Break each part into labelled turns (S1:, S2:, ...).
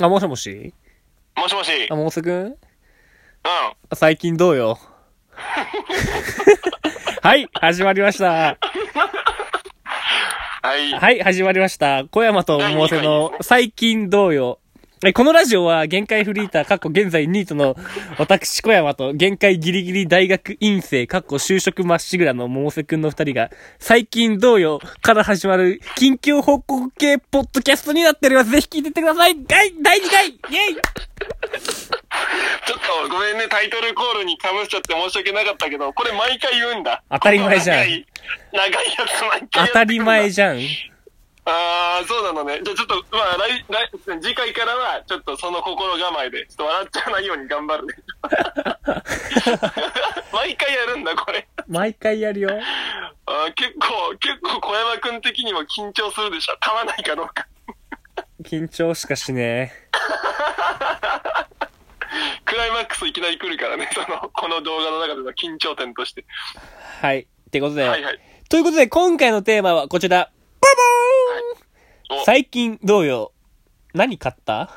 S1: あ、もしもし
S2: もしもし。う
S1: あ、もうすぐ
S2: ん。
S1: あ最近どう よはい、始まりました。
S2: はい。
S1: はい、始まりました。小山と百瀬の最近どうよ。えこのラジオは、限界フリーター、かっこ現在ニートの私小山と、限界ギリギリ大学院生、かっこ就職まっしぐらの百瀬くんの二人が、最近どうよから始まる、緊急報告系ポッドキャストになっております。ぜひ聞いてってください。第第2回イェイ
S2: ちょっとごめんね、タイトルコールにかぶっちゃって申し訳なかったけど、これ毎回言うんだ。
S1: 当たり前じゃん
S2: 長い、長いやつ毎回やってくんだ
S1: 当たり前じゃん。
S2: ああ、そうなのね。じゃあちょっと、まあ来、来、次回からは、ちょっとその心構えで、ちょっと笑っちゃわないように頑張る ね。毎回やるんだ、これ。
S1: 毎回やるよ。
S2: あー結構、結構小山くん的にも緊張するでしょ。たまないかどうか。
S1: 緊張しかしね
S2: クライマックスいきなり来るからね、その、この動画の中での緊張点として。
S1: え。はい。ってことで。
S2: はいはい。
S1: ということで、今回のテーマはこちら。ババーン
S2: お
S1: 最近どうよ何買った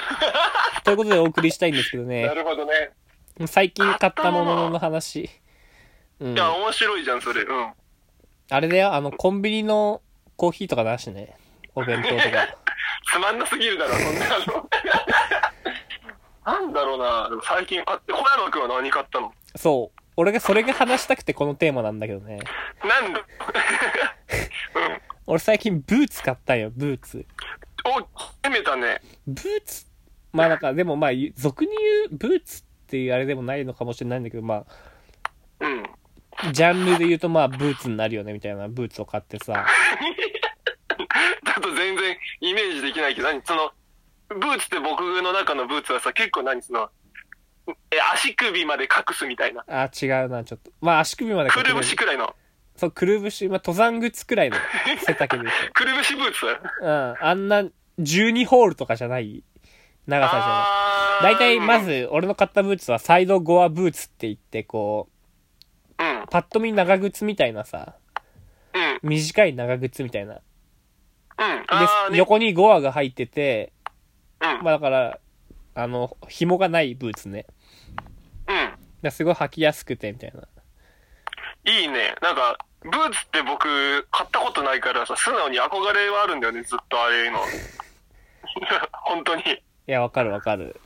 S1: ということでお送りしたいんですけど
S2: な
S1: ね。
S2: るほどね。
S1: 最近買ったものの話。うん
S2: い。や、面白いじゃん、それ。うん。あ
S1: あれだよ、あの、コンビニのコーヒーとかなしね。お弁当と か。
S2: つまんなすぎるだろ、そんなの。 なんだろうな、でも最近買って、小山くんは何買ったの
S1: そう。俺がそれが話したくてこのテーマなんだけどね。
S2: なんだうん。
S1: 俺最近ブーツ買ったんよ、ブーツ。
S2: お、攻めたね。
S1: ブーツまあなんかでもまあゆ俗に言うブーツっていうあれでもないのかもしれないんだけどま
S2: うん。
S1: あジャンルで言うとまあブーツになるよねみたいなブーツを買ってさ
S2: ちょっと全然イメージできないけど、何その、ブーツって僕の中のブーツはさ、結構何その、え、足首まで隠すみたいな。
S1: あ違うなちょっとまあ足首まで
S2: く
S1: 隠れ
S2: る
S1: る
S2: ぶしくらいの。
S1: そうくるぶしまあ登山靴くらいの背丈でし
S2: くるぶしブーツ
S1: ょうんあんな12ホールとかじゃない長さじ
S2: あ
S1: ゃ
S2: ー
S1: ない大体ま、ず俺の買ったブーツはサイドゴアブーツって言ってこう
S2: うん。うん。
S1: パッと見長靴みたいなさ
S2: うん。
S1: 短い長靴みたいなで
S2: あーね、
S1: 横にゴアが入ってて
S2: うん。
S1: まあだから、あの、紐がないブーツね。だか
S2: うん。
S1: らすごい履きやすくて、みたいな。
S2: いいね。なんか、ブーツって僕、買ったことないからさ、素直に憧れはあるんだよね、ずっとあれの。 本当に。
S1: いや、わかるわかる。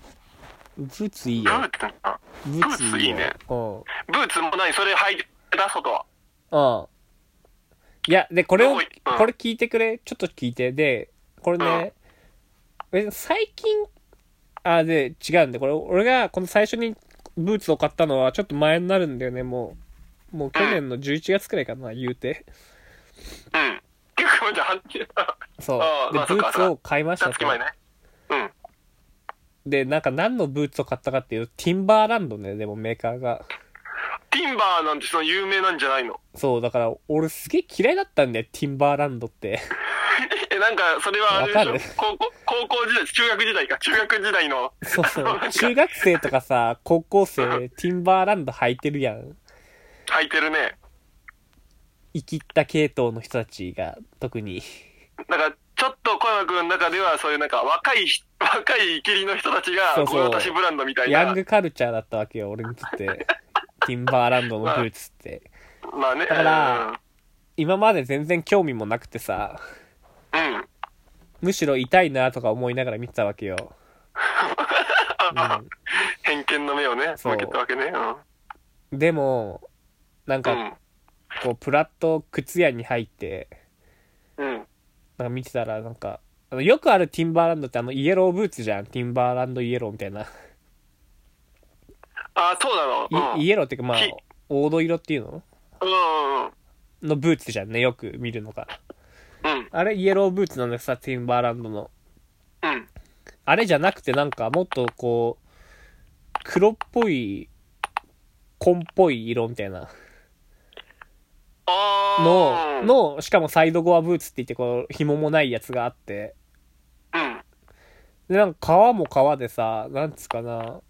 S1: ブーツいい
S2: ブ
S1: よ
S2: ー。ツな。
S1: ブーツいい
S2: ブ
S1: よ。
S2: ーツいいね
S1: うん。うん。
S2: ブーツも何それ履いてた外は。
S1: いや、で、これを
S2: どこいうん、
S1: これ聞いてくれ。ちょっと聞いて。で、これね、え最近、あ、で、違うんで、これ、俺が、この最初にブーツを買ったのは、ちょっと前になるんだよね、もう。もう去年の11月くらいかな、言うて。
S2: うん。結構じゃあ、
S1: そう
S2: あ。ー
S1: で
S2: まあ、そ
S1: ブ
S2: っか
S1: ーツを買いました
S2: 二
S1: と
S2: 月前ね。うん。
S1: で、なんか何のブーツを買ったかっていうと、ティンバーランドね、でもメーカーが。
S2: ティンバーなんてその有名なんじゃないの
S1: そう、だから、俺すげえ嫌いだったんだよ、ティンバーランドって。
S2: え、なんか、それはあれでし
S1: わ
S2: ょ
S1: かる
S2: 高校、高校時代、中学時代か、中学時代の。
S1: そうそ
S2: なんか
S1: う。中学生とかさ、高校生、ティンバーランド履いてるやん。
S2: 履いてるね。
S1: 生きった系統の人たちが、特に。
S2: なんか、ちょっと小山くんの中では、そういうなんか、若い人、若いイキリの人たちが、
S1: そうそう
S2: 御用達ブランドみたいな。
S1: ヤングカルチャーだったわけよ、俺にとって。ティンバーランドのブーツって。
S2: まあね。
S1: だから今まで全然興味もなくてさ、
S2: うん、うん。
S1: むしろ痛いなとか思いながら見てたわけよ。
S2: 偏見の目をね、
S1: そう
S2: 向けたわけね。うん。
S1: でも、なん
S2: う
S1: か、
S2: ん。
S1: こう、プラッと靴屋に入って、
S2: うん。
S1: なんか見てたら、なんか、あのよくあるティンバーランドってあのイエローブーツじゃん。ティンバーランドイエローみたいな。
S2: あ、そうなの。うん。う
S1: いイエローっていうかまあ
S2: き、
S1: 黄土色っていうの
S2: ん。
S1: のブーツじゃんね。よく見るのが。
S2: うん。
S1: あれイエローブーツなんだけどさ、ティンバーランドの。
S2: うん。
S1: あれじゃなくてなんかもっとこう、黒っぽい、紺っぽい色みたいな
S2: あー
S1: の、、の、しかもサイドゴアブーツって言ってこう、紐もないやつがあって。
S2: うん。
S1: で、なんか革も革でさ、なんつうかな。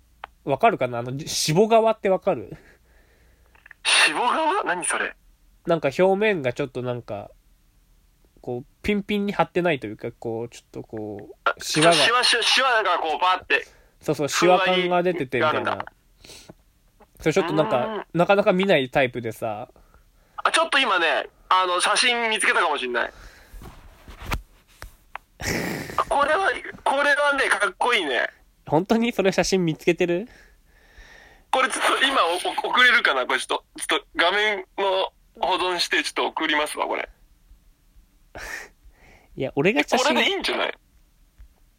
S1: わかるかなあの、脂肪革ってわかる
S2: 脂肪側何それ。
S1: なんか表面がちょっとなんか、こう、ピンピンに張ってないというか、こう、ちょっとこう、シ
S2: シ
S1: ワ
S2: ワ
S1: が、
S2: シワ、シワがこうバーって。
S1: そうそう、シワ感が出てて、みたい
S2: ふんわりがあるん
S1: な。それちょっとなんか、なかなか見ないタイプでさ、
S2: あ、ちょっと今ね、あの、写真見つけたかもしんない。 あこれは、これはね、かっこいいね。
S1: 本当にそれ写真見つけてる
S2: これちょっと今おお送れるかなこれちょっと、ちょっと画面の保存してちょっと送りますわ、これ。
S1: いや、俺が写
S2: これ
S1: 真、
S2: でい
S1: い
S2: いんじゃない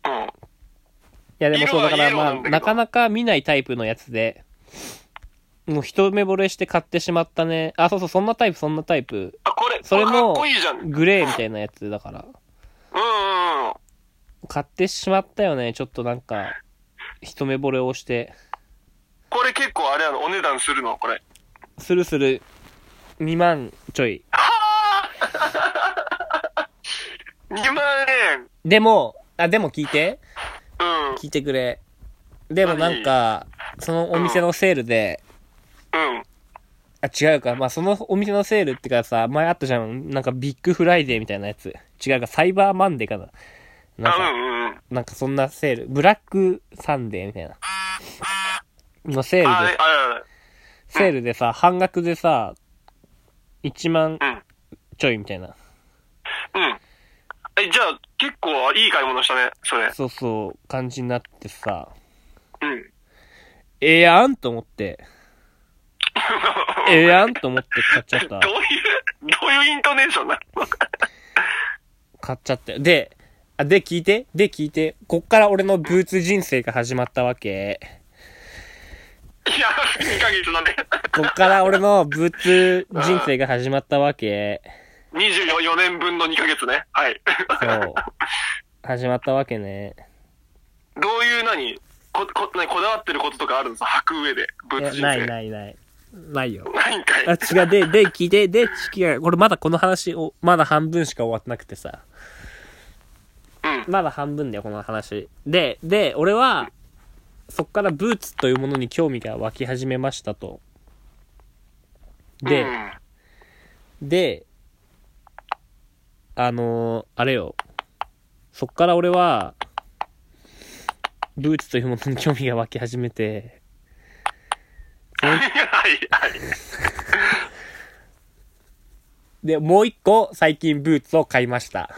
S2: うん。
S1: やでもそうだか
S2: 色はイエロ
S1: ら
S2: ー
S1: ま
S2: な
S1: あ、
S2: んだけど
S1: なかなか見ないタイプのやつで、もう一目惚れして買ってしまったね。あ、そうそう、そんなタイプ、そんなタイプ。
S2: あ、これ、
S1: それ
S2: こか
S1: も
S2: っこいいじゃん。うんうんうん。
S1: グレーみたいなやつだから。買ってしまったよね、ちょっとなんか、一目惚れをして。
S2: これ結構あれやの、お値段するのこれ。
S1: するする、2万ちょい。
S2: 2万円。
S1: でも、あ、でも聞いて。
S2: うん。
S1: 聞いてくれ。でもなんか、そのお店のセールで、
S2: うん。
S1: あ、違うか。まあ、そのお店のセールってかさ、前あったじゃん。なんかビッグフライデーみたいなやつ。違うか、サイバーマンデーかな。なん
S2: あ、う
S1: か、
S2: んうんうん。
S1: なんかそんなセール。ブラックサンデーみたいな。のセ
S2: あ、あ
S1: ール
S2: れ
S1: で、
S2: あれ
S1: セールでさ、半額でさ、1万
S2: うん
S1: ちょいみたいな。
S2: うん。え、じゃあ、結構いい買い物したね、それ。
S1: そうそう、感じになってさ、
S2: うん。
S1: ええやんと思って、ええやんと思って買っちゃっ
S2: ど
S1: た
S2: うい。う、どういうイントネーションなの
S1: 買っちゃったよ。で、あ、で聞いて、で聞いて、こっから俺のブーツ人生が始まったわけ。
S2: いや、2ヶ月だね。
S1: こっから俺のブーツ人生が始まったわけ。
S2: 24年分の2ヶ月ね。はい。
S1: そう。始まったわけね。
S2: どういう何こ、こ、何こだわってることとかあるのさ、履く上で。ブ
S1: い
S2: ー
S1: や
S2: ツ人生。
S1: ない
S2: い。
S1: ないない。ないよ。
S2: ないんかい。
S1: あ、違う。で、で、聞いて、で、違う。俺まだこの話を、まだ半分しか終わってなくてさ。
S2: うん。
S1: まだ半分だよ、この話。で、で、俺は、そっからブーツというものに興味が湧き始めましたと。
S2: う
S1: で、
S2: ん
S1: で、あのーあれよ。そっから俺は、ブーツというものに興味が湧き始めて、
S2: はい、はい。
S1: で、もう一個、最近ブーツを買いました。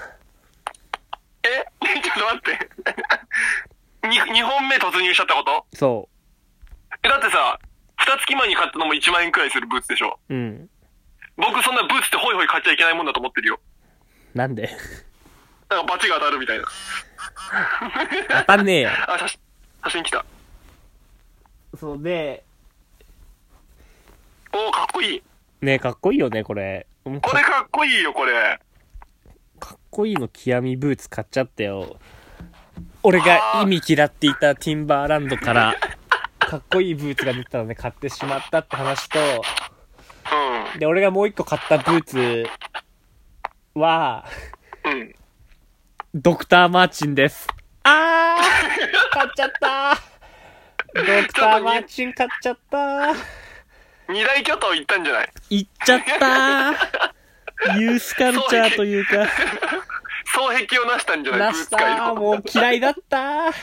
S2: え、 ちょっと待って。 に、2本目突入しちゃったこと
S1: そ
S2: え、だってさ、二月前に買ったのも1万円くらいするブーツでしょ。
S1: う。うん。
S2: 僕そんなブーツってホイホイ買っちゃいけないもんだと思ってるよ。
S1: なん で
S2: なんかバチが当たるみたいな。
S1: 当たんねえよ。
S2: あ、写真、写真来た。
S1: そうで、
S2: おー、かっこいい。
S1: ねえかっこいいよね、これ。うん
S2: これかっこいいよ、これ。
S1: かっこいいの極みブーツ買っちゃったよ。俺が意味嫌っていたティンバーランドから、かっこいいブーツが出たので買ってしまったって話と、で、俺がもう一個買ったブーツは、
S2: うん。うん。
S1: ドクターマーチンです。あー買っちゃったードクターマーチン買っちゃったー
S2: 二大巨頭行ったんじゃない
S1: いっちゃったーユースカルチャーというか、
S2: 双璧をなしたんじゃない
S1: な
S2: ブー
S1: し
S2: ツ
S1: た
S2: 界
S1: ー
S2: の。
S1: もう嫌いだったー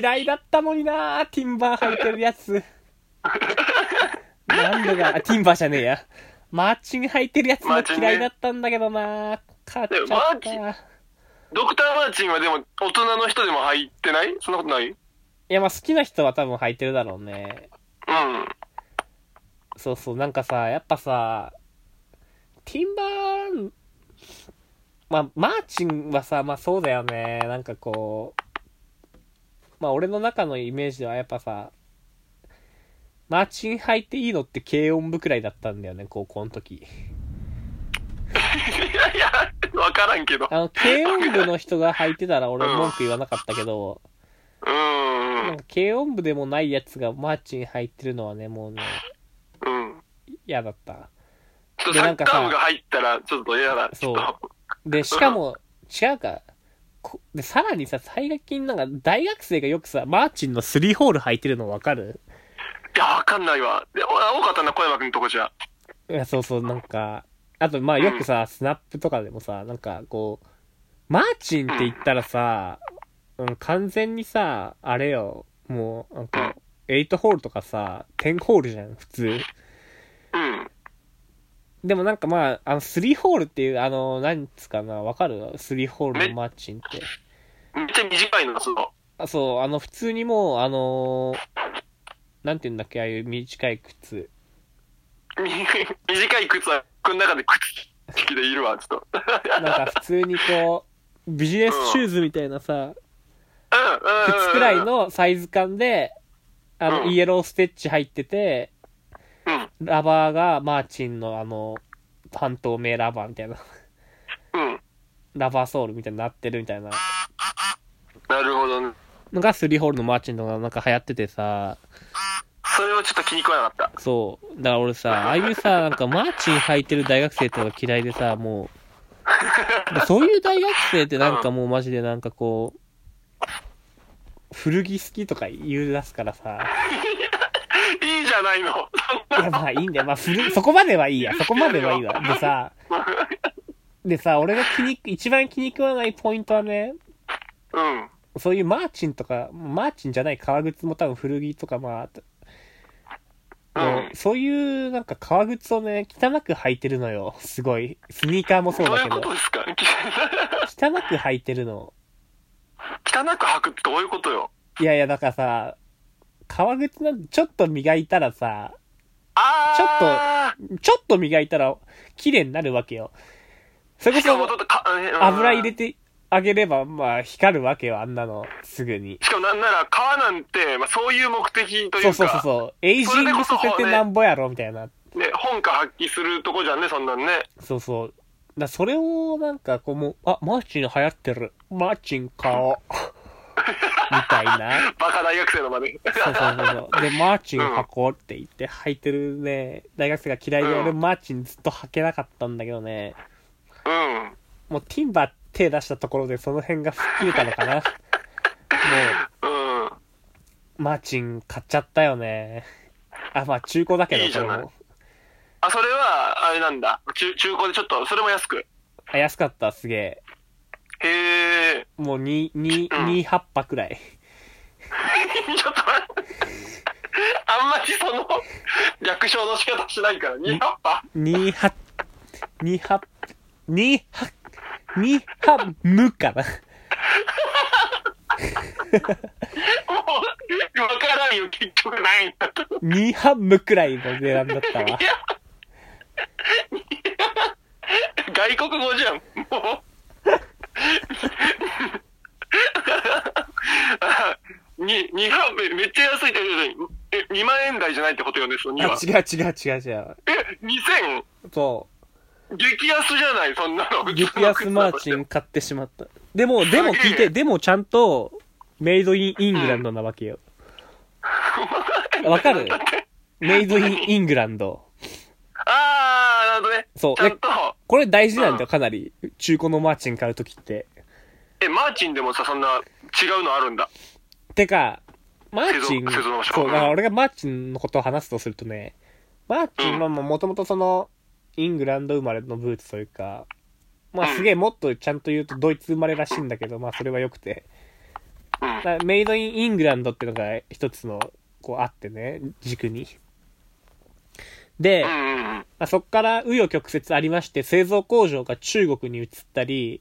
S1: 嫌いだったのになーティンバー履いてるやつ何度かあティンバーじゃねえやマーチン履いてるやつも
S2: マーチンね
S1: 嫌いだったんだけどなー買っちゃ
S2: でもマ
S1: っ
S2: ー
S1: た
S2: チ
S1: い
S2: ドクターマーチンはでも大人の人でも履いてないそんなことないうん。
S1: やまあ好きな人は多分履いてるだろうねそうそうなんかさやっぱさティンバーまあマーチンはさまあそうだよねなんかこうまあ俺の中のイメージではやっぱさマーチン履いていいのって軽音部くらいだったんだよね高校の時
S2: いやいや、わからんけど。
S1: あの軽音部の人が履いてたら俺文句言わなかったけど
S2: うんう
S1: なん
S2: ん
S1: か軽音部でもないやつがマーチン履いてるのはねもうね
S2: うん。うん。
S1: 嫌だった
S2: ちょっと
S1: で
S2: サ
S1: なん
S2: ッ
S1: か
S2: カ
S1: さ
S2: ー部が入ったら、ちょっと嫌だ。
S1: そう
S2: ちょっと
S1: で、しかも、違うか。こで、さらにさ、最近なんか、大学生がよくさ、マーチンのスリーホール履いてるのわかる
S2: いや、わかんないわ。でお多かったな、小山くんとこじゃ。
S1: いや、そうそう、なんか、あと、まあよくさ、スナップとかでもさ、なんかこう、マーチンって言ったらさ、うん、完全にさ、あれよ、もう、なんか、8ホールとかさ、10ホールじゃん、普通。
S2: うん。
S1: でもなんかまあ、あの、3ホールっていう、あの、何つかな、わかる ?3 ホールのマーチンって。
S2: めっちゃ短いの、その。
S1: あ、そう、あの、普通にもう、あのなんて言うんだっけ、ああいう短い靴。
S2: 短い靴は、この中で靴付きでいるわ、ちょっと。
S1: なんか普通にこう、ビジネスシューズみたいなさ、
S2: うん、うん。
S1: 靴くらい。のサイズ感で、あの、
S2: うん
S1: イエローステッチ入ってて、
S2: うん、
S1: ラバーがマーチンのあの、半透明ラバーみたいな、
S2: うん。
S1: ラバーソールみたいになってるみたいな
S2: なるほどね。
S1: のがスリーホールのマーチンのがなんか流行っててさ、
S2: それはちょっと気に食わなかっ
S1: そう。だから俺さ、ああいうさ、なんかマーチン履いてる大学生とか嫌いでさ、も う、そういう大学生ってなんかもうマジでなんかこう、古着好きとか言い出すからさ、
S2: た。いいじゃないの。
S1: いや、まあいいんだよ。まあ、古いそこまではいいや。そこまではいいわ。でさ、でさ、俺が気に、一番気に食わないポイントはね、
S2: うん。
S1: そういうマーチンとか、マーチンじゃない革靴も多分古着とかまあ、もうそういうなんか革靴をね、汚く履いてるのよ。すごい。スニーカーもそう
S2: どう
S1: だ
S2: い
S1: け
S2: うこと
S1: ど、
S2: ですか
S1: 汚く履いてるの。
S2: 汚く履くってどういうことよ。
S1: いやいや、だからさ、革靴なんてちょっと磨いたらさ、
S2: あー。ちょっ
S1: ちょっと磨いたら綺麗になるわけよ。それこ
S2: しか
S1: そ
S2: も、ちょっとか、うん
S1: 油入れてあげれば、まあ、光るわけよ、あんなの、すぐに。
S2: しかもなんなら、川なんて、まあ、そういう目的というか、
S1: そうそうそうそう。エイジングさせてなんぼやろ、みたいな。
S2: ね、本家発揮するとこじゃんね、そんなんね。
S1: そうそう。だそれを、なんか、こう、もう、あ、マーチン流行ってる。マーチン買 おう。みたいな。
S2: バカ大学生のまで。
S1: そうそうそうそう。で、マーチン履こうって言って、履いてるね、大学生が嫌いで、
S2: うん
S1: 俺マーチンずっと履けなかったんだけどね。
S2: うん。
S1: もう、ティンバー手出したところで、その辺が吹っ切れたのかな。も
S2: うん。
S1: う、マーチン買っちゃったよね。あ、まあ、中古だけど、
S2: いいじゃない
S1: これも
S2: あ、それは、あれなんだ。中、中古でちょっと、それも安く。
S1: あ、安かった、すげ
S2: へえ。
S1: え。もう2、2、
S2: うん
S1: 2、8波くらい。
S2: ちょっと待って。あんまりその、略称の仕方しないから、200パ
S1: 2、8、2、8、2、8、2、8、無かな。
S2: もう、わからんよ、結局ないんだと。
S1: 2、8無くらいの値段だったわ
S2: い。や。外国語じゃん、もう。 に、二半め、めっちゃ安いってことで、え、2万円台じゃないってことよね、その2
S1: あ
S2: は、。
S1: 違う違う違う違う。
S2: え、2000、
S1: そ
S2: 激安じゃない、そんなの。
S1: う。激安マーチン買ってしまった。でも、でも聞い
S2: すげ
S1: て、
S2: え
S1: でもちゃんと、メイドインイングランドなわ けよ。わかるメイドインイングランド。
S2: あー、なるほどね。
S1: そう
S2: ちゃんと、
S1: これ大事なんだよ、かなり。中古のマーチン買うときって。
S2: え、マーチンでもさ、そんな、違うのあるんだ。
S1: てか、マーチン
S2: 製造製造の、場所
S1: そう、だから俺がマーチンのことを話すとするとね、マーチ
S2: う
S1: ン
S2: ん
S1: はもともとその、イングランド生まれのブーツというか、まあ
S2: うん
S1: すげえもっとちゃんと言うとドイツ生まれらしいんだけど、まあそれは良くて。
S2: うん。うん
S1: だ。からメイドインイングランドってのが一つの、こうあってね、軸に。で、
S2: う
S1: ま
S2: んうん。
S1: あ、そっから紆余曲折ありまして、製造工場が中国に移ったり、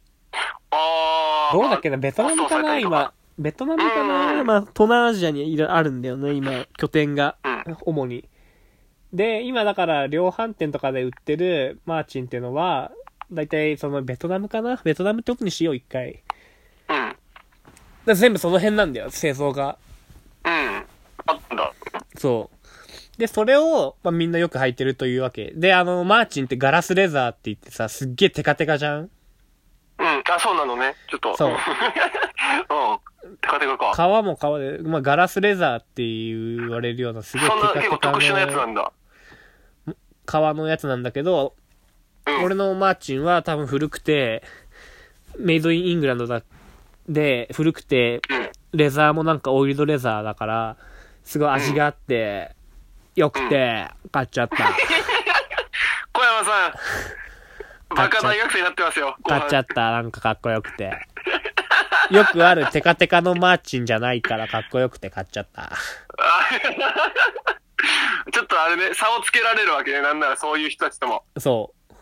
S2: あー。
S1: どうだっけな、ベトナムかな、
S2: あそうそう
S1: 今。ベトナムか
S2: うん
S1: な、
S2: うん
S1: まあ、東南アジアにいろいろあるんだよね、今、拠点が。
S2: うん。
S1: 主に。で、今だから、量販店とかで売ってるマーチンっていうのは、だいたいそのベトナムかなベトナムってことにしよう、一回。
S2: うん。
S1: だ全部その辺なんだよ、製造が。
S2: うん。あったんだ。
S1: そう。で、それを、まあ、みんなよく履いてるというわけ。で、あの、マーチンってガラスレザーって言ってさ、すっげえテカテカじゃん
S2: うん。あ、そうなのね。ちょっと。
S1: そ う
S2: うん。テカテカか。
S1: 革も革で、まあ、ガラスレザーって言われるような、すげえ
S2: そんな
S1: テ
S2: 結構
S1: カ
S2: 特
S1: テ
S2: 殊なやつ
S1: カ
S2: な
S1: の
S2: んだ。
S1: 革のやつなんだけど、
S2: うん。
S1: 俺のマーチンは多分古くて、メイドインイングランドだ、で、古くて、
S2: うん。
S1: レザーもなんかオイルドレザーだから、すごい味があって、良くて、買っちゃった。
S2: 小山さん、 バカ大学生になってますよ。後半
S1: 買っちゃった。なんかかっこよくて。よくあるテカテカのマーチンじゃないからかっこよくて買っちゃった。
S2: あ ちょっとあれね、差をつけられるわけね。なんならそういう人たちとも。
S1: そう。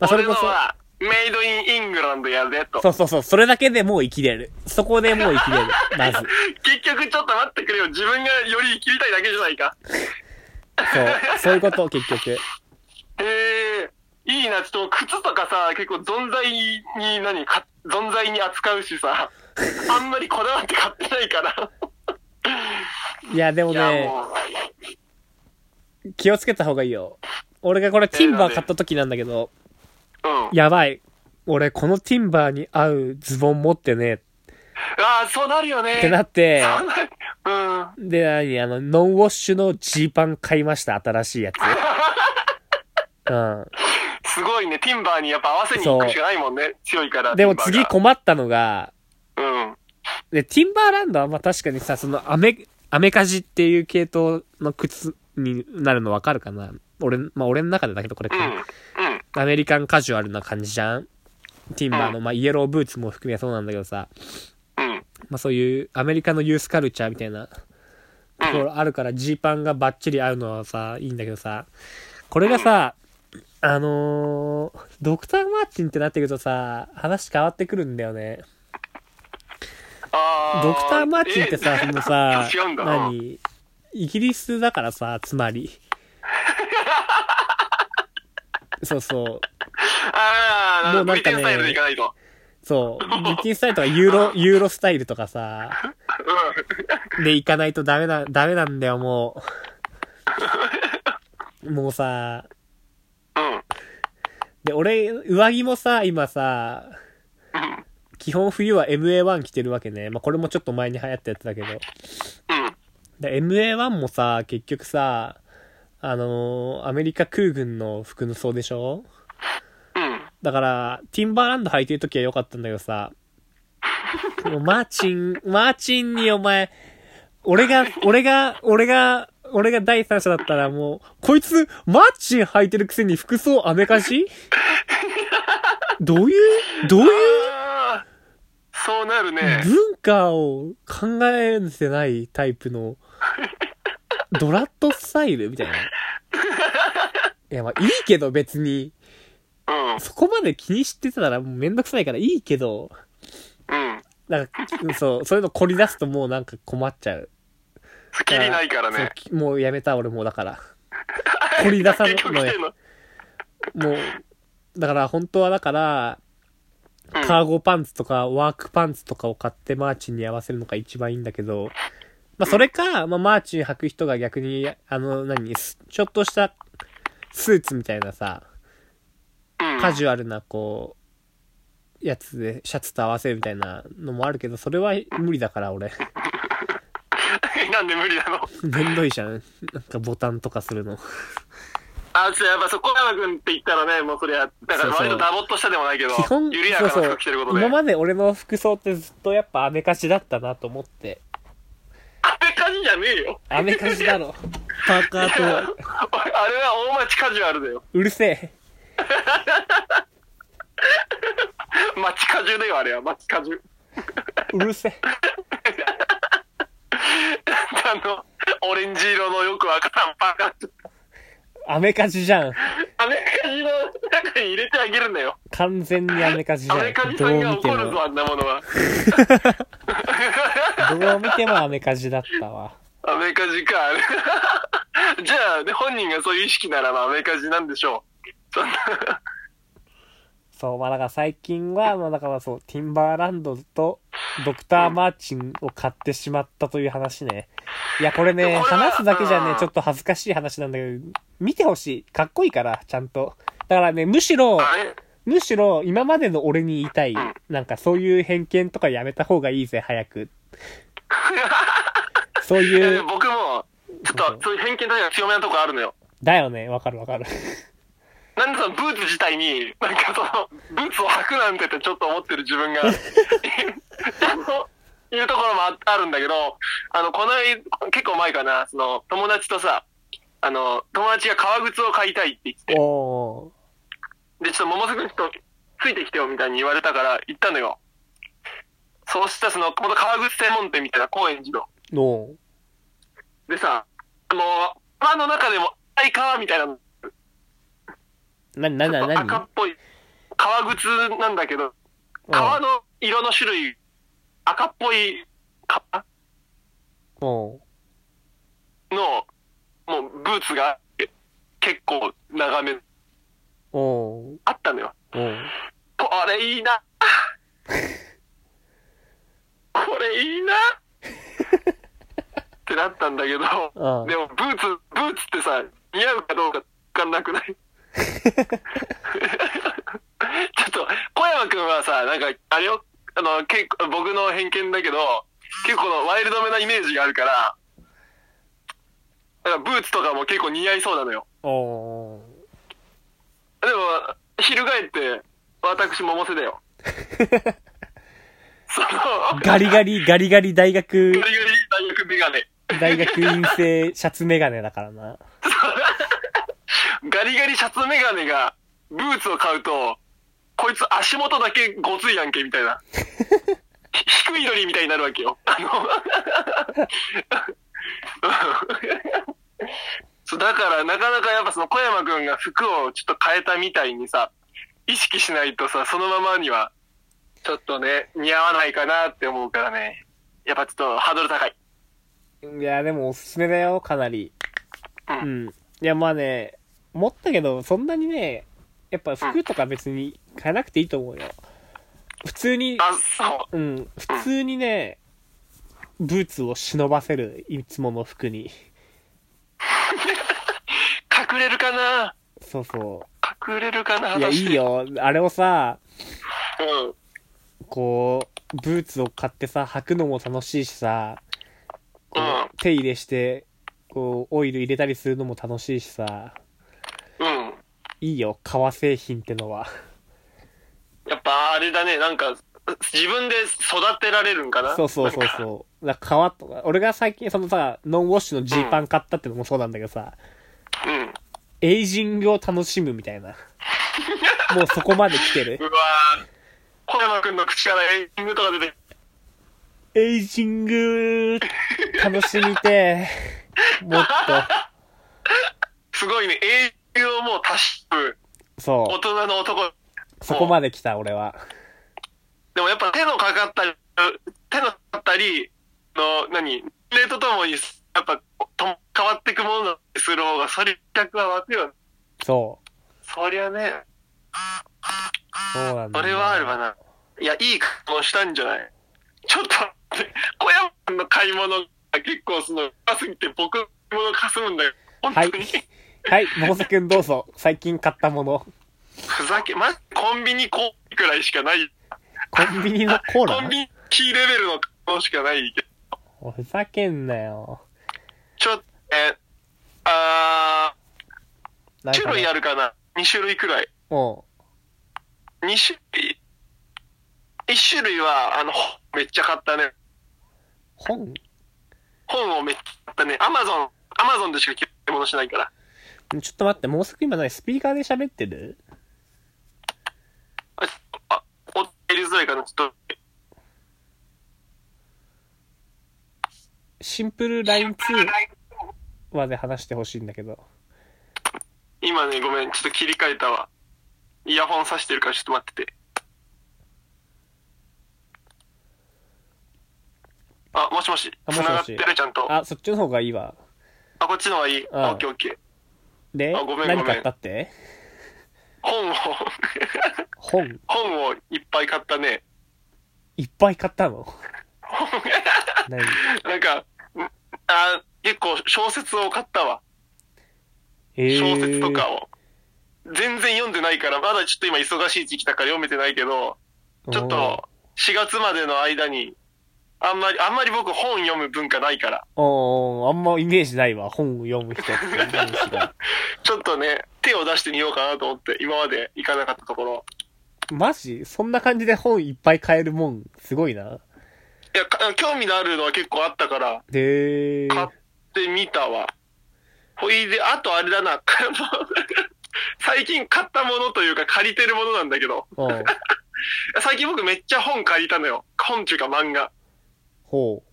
S1: まあ、それ
S2: 俺の
S1: こ
S2: は、メイドインイングランドやでと
S1: そ。。そうそうそう。それだけでもう生きれる。そこでもう生きれる。まず。
S2: 結局ちょっと待ってくれよ。自分がより生きりたいだけじゃないか。
S1: そう。そういうこと、結局。
S2: ええいいな。ちょっと靴とかさ、結構存在に何か、存在に扱うし さ、あんまりこだわって買ってないから。
S1: いや、でも
S2: いや、
S1: ね、
S2: もう、
S1: 気をつけた方がいいよ。俺がこれ、ティンバー買った時なんだけど、
S2: うん。
S1: やばい。俺、このティンバーに合うズボン持ってね、
S2: ああ、そうなるよね。
S1: ってなって、
S2: そうなるうん。
S1: で、何あの、ノンウォッシュのジーパン買いました、新しいやつ。うん。
S2: すごいね。ティンバーにやっぱ合わせに行くしかないもんね。強いから。
S1: でも
S2: ティンバー
S1: 次
S2: が
S1: 困ったのが、
S2: うん。
S1: で、ティンバーランドはまあ確かにさ、そのアメ、アメカジっていう系統の靴になるのわかるかな俺、まあ俺の中でだけどこれ、
S2: うん。うん。
S1: アメリカンカジュアルな感じじゃんティンバーの、まあイエローブーツも含めそうなんだけどさ、
S2: うん。
S1: まあそういうアメリカのユースカルチャーみたいなところあるからジーパンがバッチリ合うのはさ、いいんだけどさ、これがさ、あのードクター・マーチンってなってくるとさ、話変わってくるんだよね。
S2: あ
S1: ドクター・マーチンってさ、
S2: え
S1: そのさ
S2: 違うん、だな。
S1: 何イギリスだからさ、つまり。そうそう。
S2: ああ、
S1: も
S2: も
S1: う
S2: う
S1: な
S2: なんん
S1: か
S2: かね。ブリテン
S1: ね
S2: スタイルでいかないと。
S1: そう。ブリティスタイルとかユーロ、ユーロスタイルとかさ、で行かないとダメな、ダメなんだよ、もう。もうさ、
S2: うん。うん。
S1: で、俺、上着もさ、今さ、基本冬は MA1 着てるわけね。まあ、これもちょっと前に流行ったやつだけど。
S2: うん。
S1: で MA1 もさ、結局さ、あのーアメリカ空軍の服の装でしょ
S2: うん。
S1: だから、ティンバーランド履いてる時は良かったんだけどさ、もうマーチン、マーチンにお前、俺が、俺が、俺が、俺が第三者だったらもう、こいつ、マーチン履いてるくせに服装アメカジどういう、どういう
S2: あーそうなるね。
S1: 文化を考えてないタイプの、ドラッドスタイルみたいな。いや、まあいいけど別に、
S2: うん。
S1: そこまで気にしてたらもうめんどくさいからいいけど、
S2: うん。
S1: なんか、そう、そういうの凝り出すともうなんか困っちゃう。
S2: スキリないから
S1: そう
S2: ね。
S1: きもうやめた、俺もう だから。凝り出さない
S2: 結局来てんの。
S1: もう、だから本当はだから、
S2: うん
S1: カーゴパンツとかワークパンツとかを買ってマーチンに合わせるのが一番いいんだけど、まあそれか、まあマーチン履く人が逆に、あの何、すちょっとしたスーツみたいなさ、
S2: うん。
S1: カジュアルなこう、やつでシャツと合わせるみたいなのもあるけど、それは無理だから俺。
S2: なんで無理なの
S1: めんどいじゃん。なんかボタンとかするの。
S2: あ、ちょ、やっぱそこ山くんって言ったらね、もうそりゃ、だから割とダボっとしたでもないけど、
S1: 基本、
S2: 緩や
S1: そ
S2: か
S1: う
S2: な
S1: そう
S2: 服着てること。で。
S1: 今まで俺の服装ってずっとやっぱアメカジだったなと思 って。
S2: あれ感じじゃねえよ。
S1: ア メカジだろ。パーカ
S2: あれ
S1: ーと、
S2: は大町カジュアルだよ。
S1: うるせえ。
S2: 町カジュだよ、あれは。町カジュ。
S1: うるせえ。
S2: あの、オレンジ色のよくわからんパーカー。
S1: アメカジじゃん。
S2: アメカジの中に入れてあげるんだよ。
S1: 完全にアメカジじゃ
S2: ア
S1: ん。
S2: メカジ
S1: ど
S2: さ
S1: うん
S2: が
S1: 見て
S2: 怒るぞ、
S1: も。
S2: あんなもの は。
S1: どう見てもアメカジだったわ。
S2: アメカジか、あ れじゃあ、ね、本人がそういう意識なら、まあ、アメカジなんでしょう。そんな、
S1: そう、まあだから最近は、まあだからそう、ティンバーランドとドクター・マーチンを買ってしまったという話ね。いや、これね、
S2: これは
S1: 話すだけじゃ
S2: う
S1: ね
S2: ん、
S1: ちょっと恥ずかしい話なんだけど、見てほしい。かっこいいから、ちゃんと。だからね、むしろ、
S2: あれ
S1: むしろ今までの俺に言いたい
S2: ん、
S1: なんかそういう偏見とかやめた方がいいぜ、早 く。そう
S2: いや
S1: い
S2: で
S1: う
S2: も、僕も、ちょっと、そういう偏見とか強めなとこあるのよ。
S1: だよね、わかるわかる。
S2: なんでそのブーツ自体に、なんかその、ブーツを履くなんてってちょっと思ってる自分が、 あのいうところもああるんだけど、あの、この間、結構前かな、その、友達とさ、あの、友達が革靴を買いたいって言ってて、
S1: お
S2: で、ちょっと桃瀬くんちょっとついてきてよみたいに言われたから行ったのよ。そうしたらその、元革靴専門店みたいな高円寺の。
S1: の
S2: でさ、あの、川の中でも赤い川みたいなの、
S1: な、な、
S2: ちょ
S1: な、
S2: っと
S1: な
S2: 赤っ
S1: に
S2: ぽい革靴なんだけど、革の色の種類、赤っぽい革
S1: うん。
S2: の、もうブーツが結構長め
S1: うん。
S2: あったのよ。
S1: うん。
S2: これいいな。これいいな。ってなったんだけど、
S1: うん
S2: でもブーツ、ブーツってさ、似合うかどうかわかんなくない ちょっと、小山くんはさ、なんか、あれよ、あの、結構、僕の偏見だけど、結構このワイルドめなイメージがあるから、なんかブーツとかも結構似合いそうなのよ。
S1: おー。
S2: でも、翻って、私、百瀬だ よ。その、ガ
S1: ガリガリ、ガリガリ大学
S2: リガリ大学メガネ。
S1: 大学院生シャツメガネだからな。
S2: ガリガリシャツメガネが、ブーツを買うと、こいつ足元だけごついやんけ、みたいな。 ひ低いのにみたいになるわけよ。あのそうだから、なかなかやっぱその小山くんが服をちょっと変えたみたいにさ、意識しないとさ、そのままには、ちょっとね、似合わないかなって思うからね。やっぱちょっとハードル高い。
S1: いや、でもおすすめだよ、かなり。
S2: う
S1: うん。いや、まあね、思ったけど、そんなにね、やっぱ服とか別に買えなくていいと思うよ。普通に、
S2: あ、そ
S1: うん、普通にね、ブーツを忍ばせる、いつもの服に。
S2: う。隠れるかな
S1: そうそ
S2: 隠れるかな
S1: う。いや、いい。よ。あれをさ、
S2: 話うん。
S1: こう、ブーツを買ってさ、履くのも楽しいしさ、こう
S2: うん
S1: 手入れして、こう、オイル入れたりするのも楽しいしさ、
S2: うん。
S1: いいよ、革製品ってのは。
S2: やっぱあれだね、なんか、自分で育てられるんかな
S1: そうそうそう
S2: う。
S1: そう。だから革とか、俺が最近そのさ、ノンウォッシュのジーパン買ったってのもそうなんだけどさ、
S2: うん。
S1: エイジングを楽しむみたいな。もうそこまで来てる
S2: う。わぁ。小山くんの口からエイジングとか出て、
S1: エイジング、楽しみてえ、もっ
S2: すごいね、エイジングをもう足しぶ、
S1: と。そ
S2: 大人の男。
S1: う。そこまで来た、俺は。
S2: でもやっぱ手のかかったり、手のかかったり、の、何、年齢とともに、やっぱと変わっていくものだってする方が、それ客は湧くよね。
S1: そう。
S2: そりゃね、
S1: そうなんだ
S2: そ
S1: よ。
S2: れはあるわな。いや、いい買い物したんじゃないちょっと待って、小山さんの買い物が結構その、深すぎて僕の買い物かすむんだよ。本当に。
S1: はいはい、百瀬くんどうぞ。最近買ったもの。
S2: ふざけ、ま、コンビニコーヒーくらいしかない。
S1: コンビニの
S2: コ
S1: コー
S2: ン
S1: ラ
S2: ビニキーレベルの買い物しかないけど。
S1: おふざけんなよ。
S2: ちょっと、え、あ
S1: な
S2: ー、種類
S1: ね
S2: あるかな ?2 種類くらい。
S1: も
S2: 2種類。1種類は、あの、本めっちゃ買ったね。
S1: う、本
S2: 本をめっちゃ買ったね。アマゾン、アマゾンでしか買い物しないから。
S1: ちょっと待って、もうすぐ今何スピーカーで喋ってる
S2: あ、あお、やりづらいかな、ちょっと。
S1: シンプルライン2まで話してほしいんだけど。
S2: 今ね、ごめん、ちょっと切り替えたわ。イヤホンさしてるから、ちょっと待ってて。あ、もしもし。
S1: あもしもし
S2: 繋がってる、ちゃんと。あ、
S1: あ、そっちの方がいいわ。
S2: こっちの方がいい。
S1: ん
S2: あオッケーオッケー。
S1: で
S2: あごめ、ん
S1: 何買ったって
S2: 本を、
S1: 本、
S2: 本をいっぱい買ったね。
S1: いっぱい買ったの
S2: 本
S1: 何
S2: なんか、んあ結構小説を買ったわ。
S1: えー
S2: 小説とかを。全然読んでないから、まだちょっと今忙しい時期だから読めてないけど、ちょっと、4月までの間に、あんまり、あんまり僕本読む文化ないから、
S1: おーおーあんまイメージないわ。本を読む人って イメージが。
S2: ちょっとね、手を出してみようかなと思って、今まで行かなかったところ。
S1: マジそんな感じで本いっぱい買えるもん、すごいな。
S2: いや、か興味のあるのは結構あったから、
S1: で
S2: 買ってみたわ。ほいで、あとあれだな、あの 最近買ったものというか借りてるものなんだけど、
S1: おう
S2: 最近僕めっちゃ本借りたのよ。本っていうか漫画。
S1: ほう。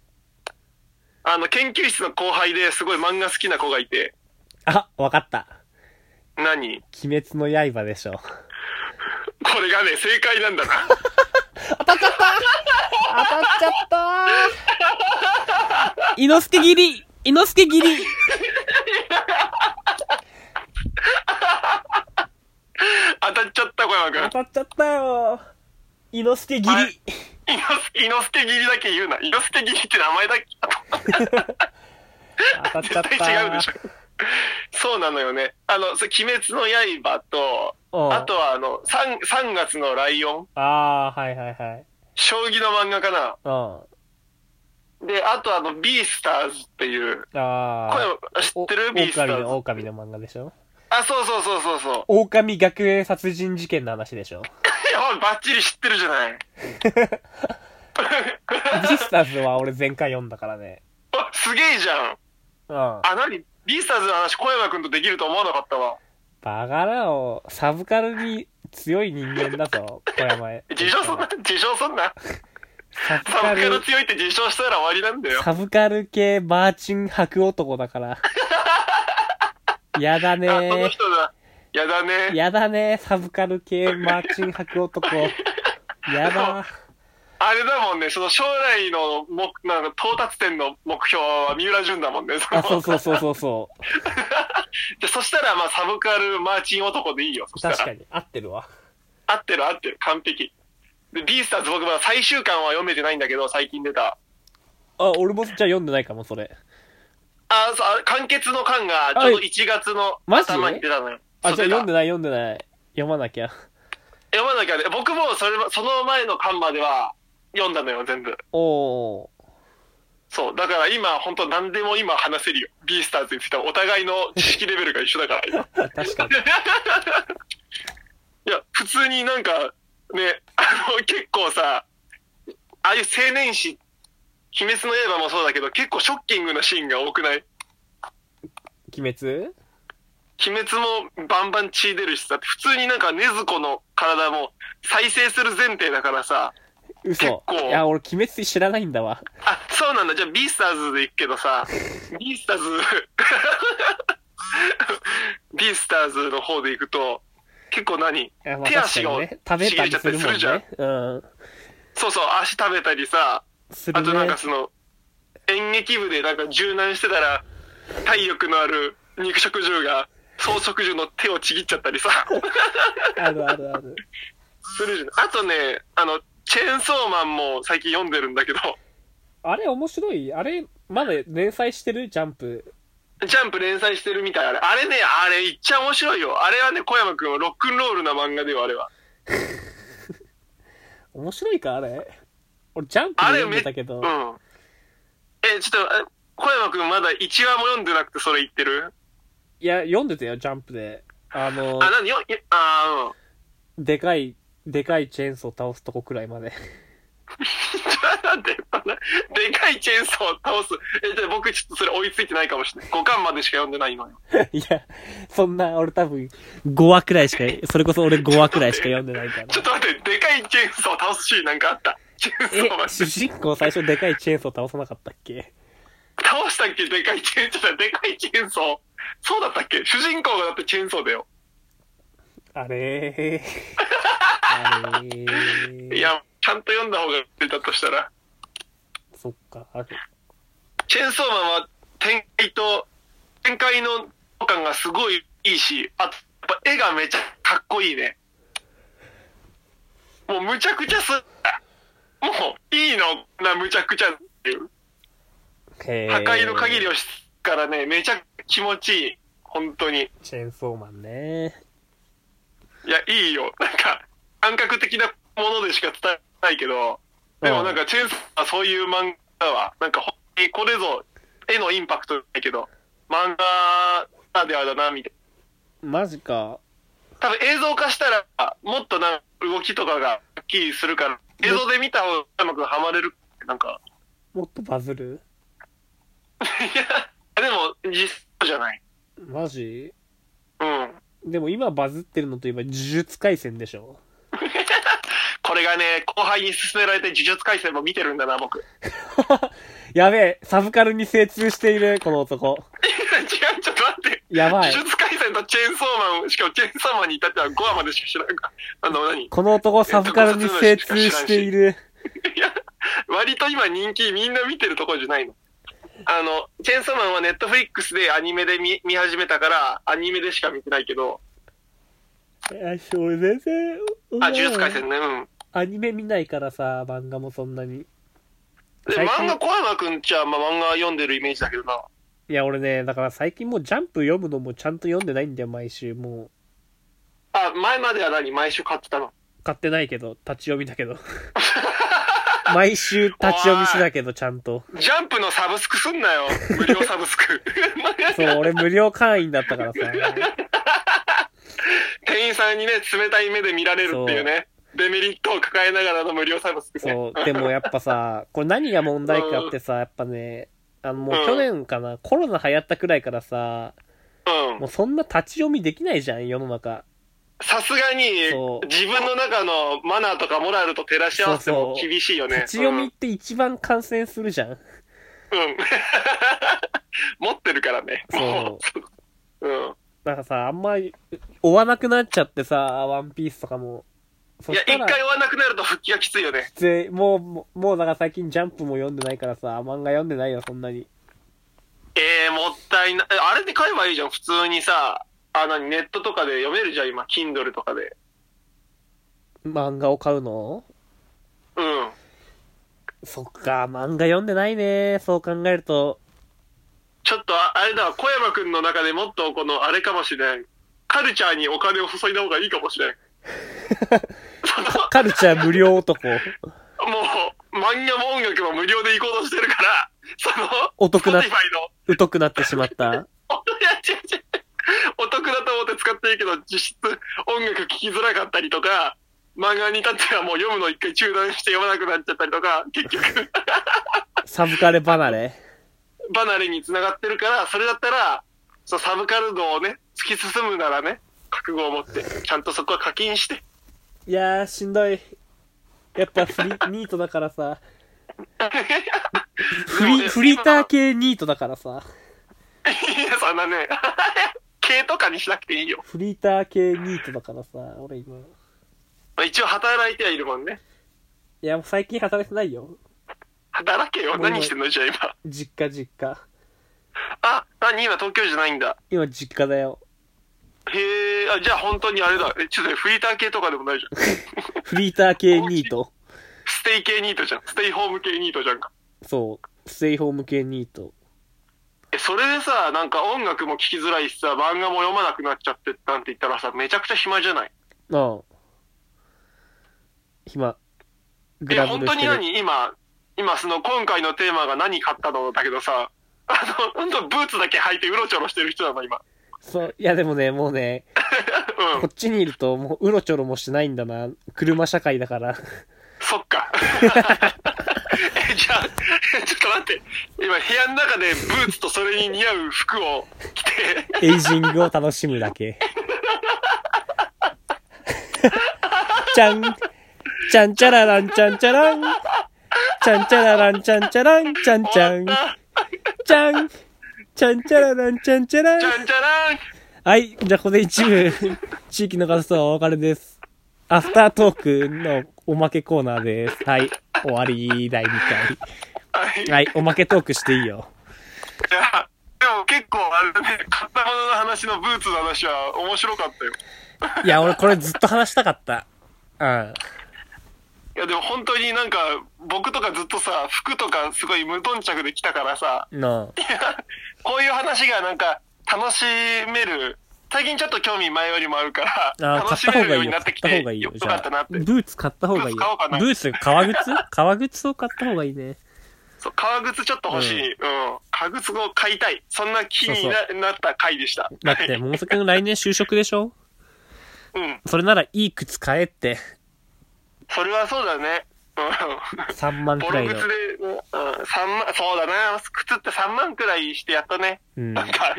S2: あの、研究室の後輩ですごい漫画好きな子がいて、
S1: あ、わかった。
S2: 何
S1: 鬼滅の刃でしょ。
S2: これがね、正解なんだな。
S1: 当たっちゃった当たっちゃったー伊之助切り伊之助切り
S2: 当たっちゃった、小山くん
S1: 当。たっちゃったよ伊之助切
S2: はい伊
S1: り
S2: 之伊之助切りだけ言うな。伊之助切りって名前だっけ
S1: 当たっちゃっ
S2: 絶対違うでしたょ。そうなのよね。あの、そう鬼滅の刃と、
S1: うん
S2: あとはあの3、3月のライオン
S1: ああ、はいはいはい。
S2: 将棋の漫画かな。
S1: うん。あ
S2: で、あとあの、ビースターズっていう、こ
S1: あ。
S2: れ知ってる
S1: お
S2: ビースタ
S1: 狼の、
S2: ーズ。
S1: 狼の漫画でしょ
S2: あ、そうそうそうそうそう。
S1: 狼学園殺人事件の話でしょ
S2: いや、おいバッチリ知ってるじゃない。
S1: ビスターズは俺前回読んだからね。
S2: おすげえじゃん。
S1: うん。バ
S2: あ、なにビースターズの話、小山くんとできると思わなかったわ。
S1: カなをサブカルに強い人間だぞ、小山へ。
S2: 自称そんな、自称そんな。
S1: サブ
S2: サ
S1: カ
S2: ブカ
S1: ル
S2: ル強いって自称したら終わりなんだよ。
S1: サブカル系マーチン白男だから。やだね
S2: あ、その人だ。やだね。
S1: やだねサブカル系マーチン白男。やだ。
S2: あれだもんね、その将来の目、なんか到達点の目標は三浦淳だもんね。その
S1: あ、そうそうそうそうそ。
S2: でそしたら、まあ、サブカルマーチン男でいいよ。そうしたら。
S1: 確かに。合ってるわ。
S2: 合ってる合ってる、完璧。で、ビースターズ僕まだ最終巻は読めてないんだけど、最近出た。
S1: あ、俺もじゃあ読んでないかも、それ。
S2: あ、そう、あ完結の巻が、ちょうど1月の
S1: マジ
S2: 頭に出たのよ。
S1: あ、じゃあ読ん
S2: で
S1: でない、読んでない。読まなきゃ。
S2: 読まなきゃね。僕もそれ、その前の巻までは読んだのよ、全部。
S1: おー。
S2: そう。だから今、本当何でも今話せるよ。ビースターズについてはお互いの知識レベルが一緒だから、 今。
S1: 確かに。
S2: いや、普通になんか、ね、あの、結構さ、ああいう青年誌、鬼滅の刃もそうだけど、結構ショッキングなシーンが多くない
S1: 鬼滅
S2: 鬼滅もバンバン血出るしさ、普通になんか禰豆子の体も再生する前提だからさ、
S1: 嘘。
S2: 結構
S1: いや、俺鬼滅知らないんだわ。
S2: あ、そうなんだ。じゃあ、ビースターズで行くけどさ、ビースターズ、 ビースターズの方で行くと、結構何
S1: いやまあ
S2: 手足
S1: 確
S2: を
S1: かにね食べたりするもん
S2: ちぎれちゃったり
S1: ね。うん。
S2: そうそう、足食べたりさ、
S1: す
S2: あ
S1: る
S2: となん
S1: ね
S2: か。その、演劇部でなんか柔軟してたら、体力のある肉食獣が、草食獣の手をちぎっちゃったりさ、
S1: あるあるある。
S2: するじゃん。あとね、あの、チェーンソーマンも最近読んでるんだけど、
S1: あれ面白いあれ、まだ連載してるジャンプ。
S2: ジャンプ連載してるみたいあれ。あれね、あれ、いっちゃ面白いよ。あれはね、小山くんはロックンロールな漫画だよ、あれは。
S1: 面白いかあれ。俺、ジャンプ
S2: あ
S1: で
S2: れ
S1: 読ん
S2: め
S1: で
S2: っ
S1: たけど
S2: う、ん。え、ちょっと、え小山くんまだ1話も読んでなくてそれ言ってる
S1: いや、読んでたよ、ジャンプで。あの、
S2: あ、なんでよ、よあ
S1: でかい、でかいチェーンソー倒すとこくらいまで。
S2: ー、うん。ちょっと待って、でかいチェーンソーを倒す。え、じゃあ僕ちょっとそれ追いついてないかもしれない。5巻までしか読んでないのよ。
S1: いや、そんな、俺多分、5話くらいしか、それこそ俺5話くらいしか読んでないから。
S2: ちょっと待って、でかいチェーンソーを倒すシーンなんかあった。チェーンソーマン
S1: え、主人公最初でかいチェーンソー倒さなかったっけ
S2: 倒したっけでかいチェーン、ちょっと待ってでかいチェーンソー。そうだったっけ主人公がだってチェーンソーだよ。
S1: あれー。あれ ー。
S2: い、や、ちゃんと読んだ方が出たとしたら。
S1: そっか。あれ
S2: チェーンソーマンは展開と、展開の感がすごいいいし、あと、やっぱ絵がめちゃかっこいいね。もうむちゃくちゃす、もういいのこんなむちゃくちゃっていう。
S1: へー
S2: 破壊の限りをしからね、めちゃ気持ちいい。本当に。
S1: チェーンソーマンね。
S2: いや、いいよ。なんか、感覚的なものでしか伝えないけど、でもなんか、チェーンソーはそういう漫画は、なんか、ほんとにこれぞ、絵のインパクトだけど、漫画ならではだな、みたい
S1: マジか。
S2: な。多分映像化したら、もっとなんか動きとかがはっきりするから、映像で見た方がうまくハマれる。なんか、
S1: もっとバズる
S2: いや、でも、実際じゃない。
S1: マジ
S2: うん。
S1: でも今バズってるのといえば呪術回戦でしょ。
S2: これがね、後輩に勧められて呪術回戦も見てるんだな、僕。違
S1: やべえ、サブカルに精通している、この男。
S2: う、ちょっと待って。
S1: やばい。
S2: 呪術回戦とチェーンソーマン、しかもチェーンソーマンに至っては5話までしか知らんから。あの、何い
S1: この男サブカルに精通している。
S2: や、割と今人気みんな見てるところじゃないの。あの、チェーンソーマンはネットフリックスでアニメで見見始めたから、アニメでしか見てないけど、
S1: 俺全然、
S2: あ、呪術回戦ね、うん。
S1: アニメ見ないからさ、漫画もそんなに。
S2: で、
S1: 最近
S2: 漫画小山くんちゃ、まあ、漫画読んでるイメージだけどな。
S1: いや、俺ね、だから最近もうジャンプ読むのもちゃんと読んでないんだよ、毎週。も
S2: あ、前までは何毎週買ってたの。
S1: う、買ってないけど、立ち読みだけ ど。毎週立ち読みしだけど、ちゃんと。
S2: ジャンプのサブスクすんな よ。無料サブスク。
S1: そう、俺無料会員だったからさ。
S2: 店員さんにね、冷たい目で見られるっていうね。デメリットを抱えながらの無料サブスクね。
S1: そう、でもやっぱ さ、これ何が問題かってさ、やっぱね、あのもう去年かな、コロナ流行ったくらいからさ、
S2: うん
S1: も。うそんな立ち読みできないじゃん、世の中。
S2: さすがに
S1: そう、
S2: 自分の中のマナーとかモラルと照らし合わせても
S1: そうそう
S2: 厳しいよね。
S1: 立ち読みって一番感染するじゃん。
S2: うん。うん 持ってるからね。。
S1: そう
S2: うん。
S1: なんかさ、あんまり追わなくなっちゃってさ、ワンピースとかも。そ
S2: いや、
S1: し
S2: 一
S1: た
S2: 回
S1: ら
S2: 終わなくなると復帰がきついよね。
S1: でもう、もう、もうなんか最近ジャンプも読んでないからさ、漫画読んでないよ、そんなに。
S2: ええもったいない。えあれで買えばいいじゃん、普通にさ。あの、ネットとかで読めるじゃん、今、Kindle とかで。
S1: 漫画を買うの
S2: うん。
S1: そっか、漫画読んでないね。そう考えると。
S2: ちょっとあ、あれだわ、小山くんの中でもっと、この、あれかもしれん。カルチャーにお金を注いだ方がいいかもしれん。その、
S1: カルチャー無料男。
S2: もう、漫画も音楽も無料で行こうとしてるから、その、
S1: お得な
S2: Spotify の、
S1: 疎くなってしまった。
S2: おいや違う違うお得だと思って使っていいけど、実質音楽聴きづらかったりとか、漫画に至ってはもう読むの一回中断して読まなくなっちゃったりとか、結局、
S1: サブカル離れ。
S2: 離れに繋がってるから、それだったら、そのサブカル度をね、突き進むならね、覚悟を持って、ちゃんとそこは課金して。
S1: いやー、しんどい。やっぱフリ、ニートだからさ。フ
S2: でもね
S1: リ、フリーター系ニートだからさ。
S2: いや、そんなね、 系とかにしなくていいよ。
S1: フリーター系ニートだからさ、俺今。い
S2: まあ一応働いてはいるもんね。
S1: や、もう最近働いてないよ。
S2: 働けよ。
S1: もう
S2: 何してんのじゃあ今。
S1: 実家、実家。
S2: あ、何今東京じゃないんだ。
S1: 今、実家だよ。
S2: へえ、あ、じゃあ本当にあれだ。え、ちょっとねフリーター系とかでもないじゃん。
S1: フリーター系ニート。
S2: ステイ系ニートじゃん。ステイホーム系ニートじゃんか。
S1: そう。ステイホーム系ニート。
S2: え、それでさ、なんか音楽も聴きづらいしさ、漫画も読まなくなっちゃってなんて言ったらさ、めちゃくちゃ暇じゃない
S1: ああ。暇。グ
S2: え、
S1: ラム
S2: 本
S1: ル
S2: 当
S1: して
S2: に
S1: る。
S2: 何今、今その今回のテーマが何買ったのだけどさ、あの、本当ブーツだけ履いてうろちょろしてる人なの今。
S1: そう、いやでもね、もうね、
S2: う
S1: こ
S2: ん
S1: っ。ちにいるともううろちょろもしないんだな。車社会だから。
S2: そっか。 え、じゃあ、ちょっと待って。今部屋の中でブーツとそれに似合う服を着て、
S1: エイジングを楽しむだけ。ちゃん、ちゃんちゃららんちゃんちゃらん。ちゃんちゃららんちゃんちゃらん、ちゃんちゃん。ちゃん、ちゃんちゃららんちゃんちゃら
S2: じ
S1: ん。
S2: ゃんじゃらん
S1: はい、じゃあここで一部、地域の方とはお別れです。アフタートークのおまけコーナーです。はい、終わり、第2
S2: はい。
S1: 回。はい、おまけトークしていいよ。
S2: いや、でも結構あれだね、買ったものの話のブーツの話は面白かったよ。
S1: いや、俺これずっと話したかった。うん。
S2: いや、でも本当になんか、僕とかずっとさ、服とかすごい無頓着で来たからさ、
S1: の、
S2: いやこういう話がなんか、楽しめる。最近ちょっと興味前よりもあるか
S1: あ
S2: ら、
S1: ー買
S2: 楽
S1: っ
S2: しため
S1: 方
S2: る
S1: が
S2: よ
S1: いうい
S2: に
S1: よ。
S2: なって
S1: 買
S2: き
S1: った
S2: て、
S1: 方がいいよ
S2: よ。
S1: じ
S2: か
S1: ゃ
S2: ったな
S1: あ
S2: っ、て
S1: ブ。ーツ買った方がいい
S2: ブーツ買おうか
S1: よ。
S2: な
S1: ブーツ、革靴 革靴を買った方がいいね。
S2: そう革靴ちょっと欲しい。うん。革靴を買いたい。そんな気にななった回でした。
S1: だって、ももさくん来年就職でしょ
S2: うん。
S1: それならいい靴買えって。
S2: それはそうだね。うん。
S1: 3万
S2: ボ
S1: くら
S2: ロ
S1: い
S2: 靴
S1: の
S2: で。、うん、3万、そうだな、靴って3万くらいしてやっとね、
S1: うん
S2: なん。か、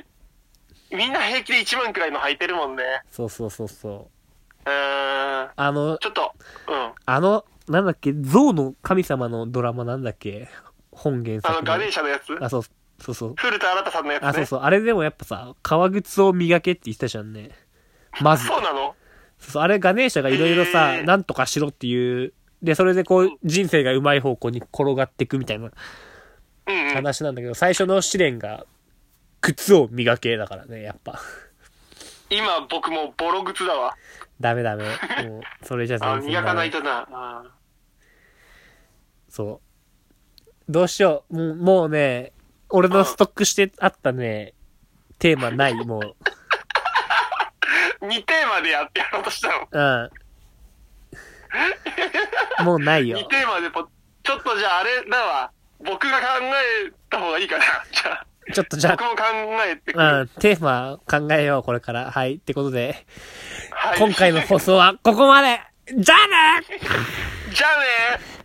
S2: みんな平気で1万くらいの履いてるもんね。
S1: そうそうそうそ
S2: う
S1: う。
S2: ーん。
S1: あの、
S2: ちょっと、うん。
S1: あの、なんだっけ、象の神様のドラマなんだっけ本原
S2: あ
S1: 作
S2: の、ガネーシャのやつ
S1: あ、そう、そうそう。
S2: 古田新太さんのやつね。
S1: あ、そうそう。あれでもやっぱさ、革靴を磨けって言ってたじゃんね。まず。そ
S2: そううなの
S1: そう。あれガネーシャがいろいろさ、
S2: へー
S1: なんとかしろっていう、で、それでこう、人生がうまい方向に転がっていくみたいな
S2: うんうん。
S1: 話なんだけど、最初の試練が、靴を磨けだからね、やっぱ。
S2: 今僕もうボロ靴だわ。
S1: ダメダメ。もう、それじゃ
S2: あ
S1: 全然ダメ
S2: 磨かないとな。あ
S1: そう。どうしよう。もう、もうね、俺のストックしてあったね、テーマない、もう。
S2: ー2テーマでやってやろうとしたの。
S1: うん。もうないよ
S2: 2。テーマでポ、ちょっとじゃああれだわ。僕が考えた方がいいかな。じゃあ、
S1: ちょっとじゃ
S2: 僕も考えてくる。
S1: あ、うん、テーマ考えよう、これから。はい。ってことで、
S2: はい
S1: 今回の放送はここまでじゃあね
S2: じゃあねー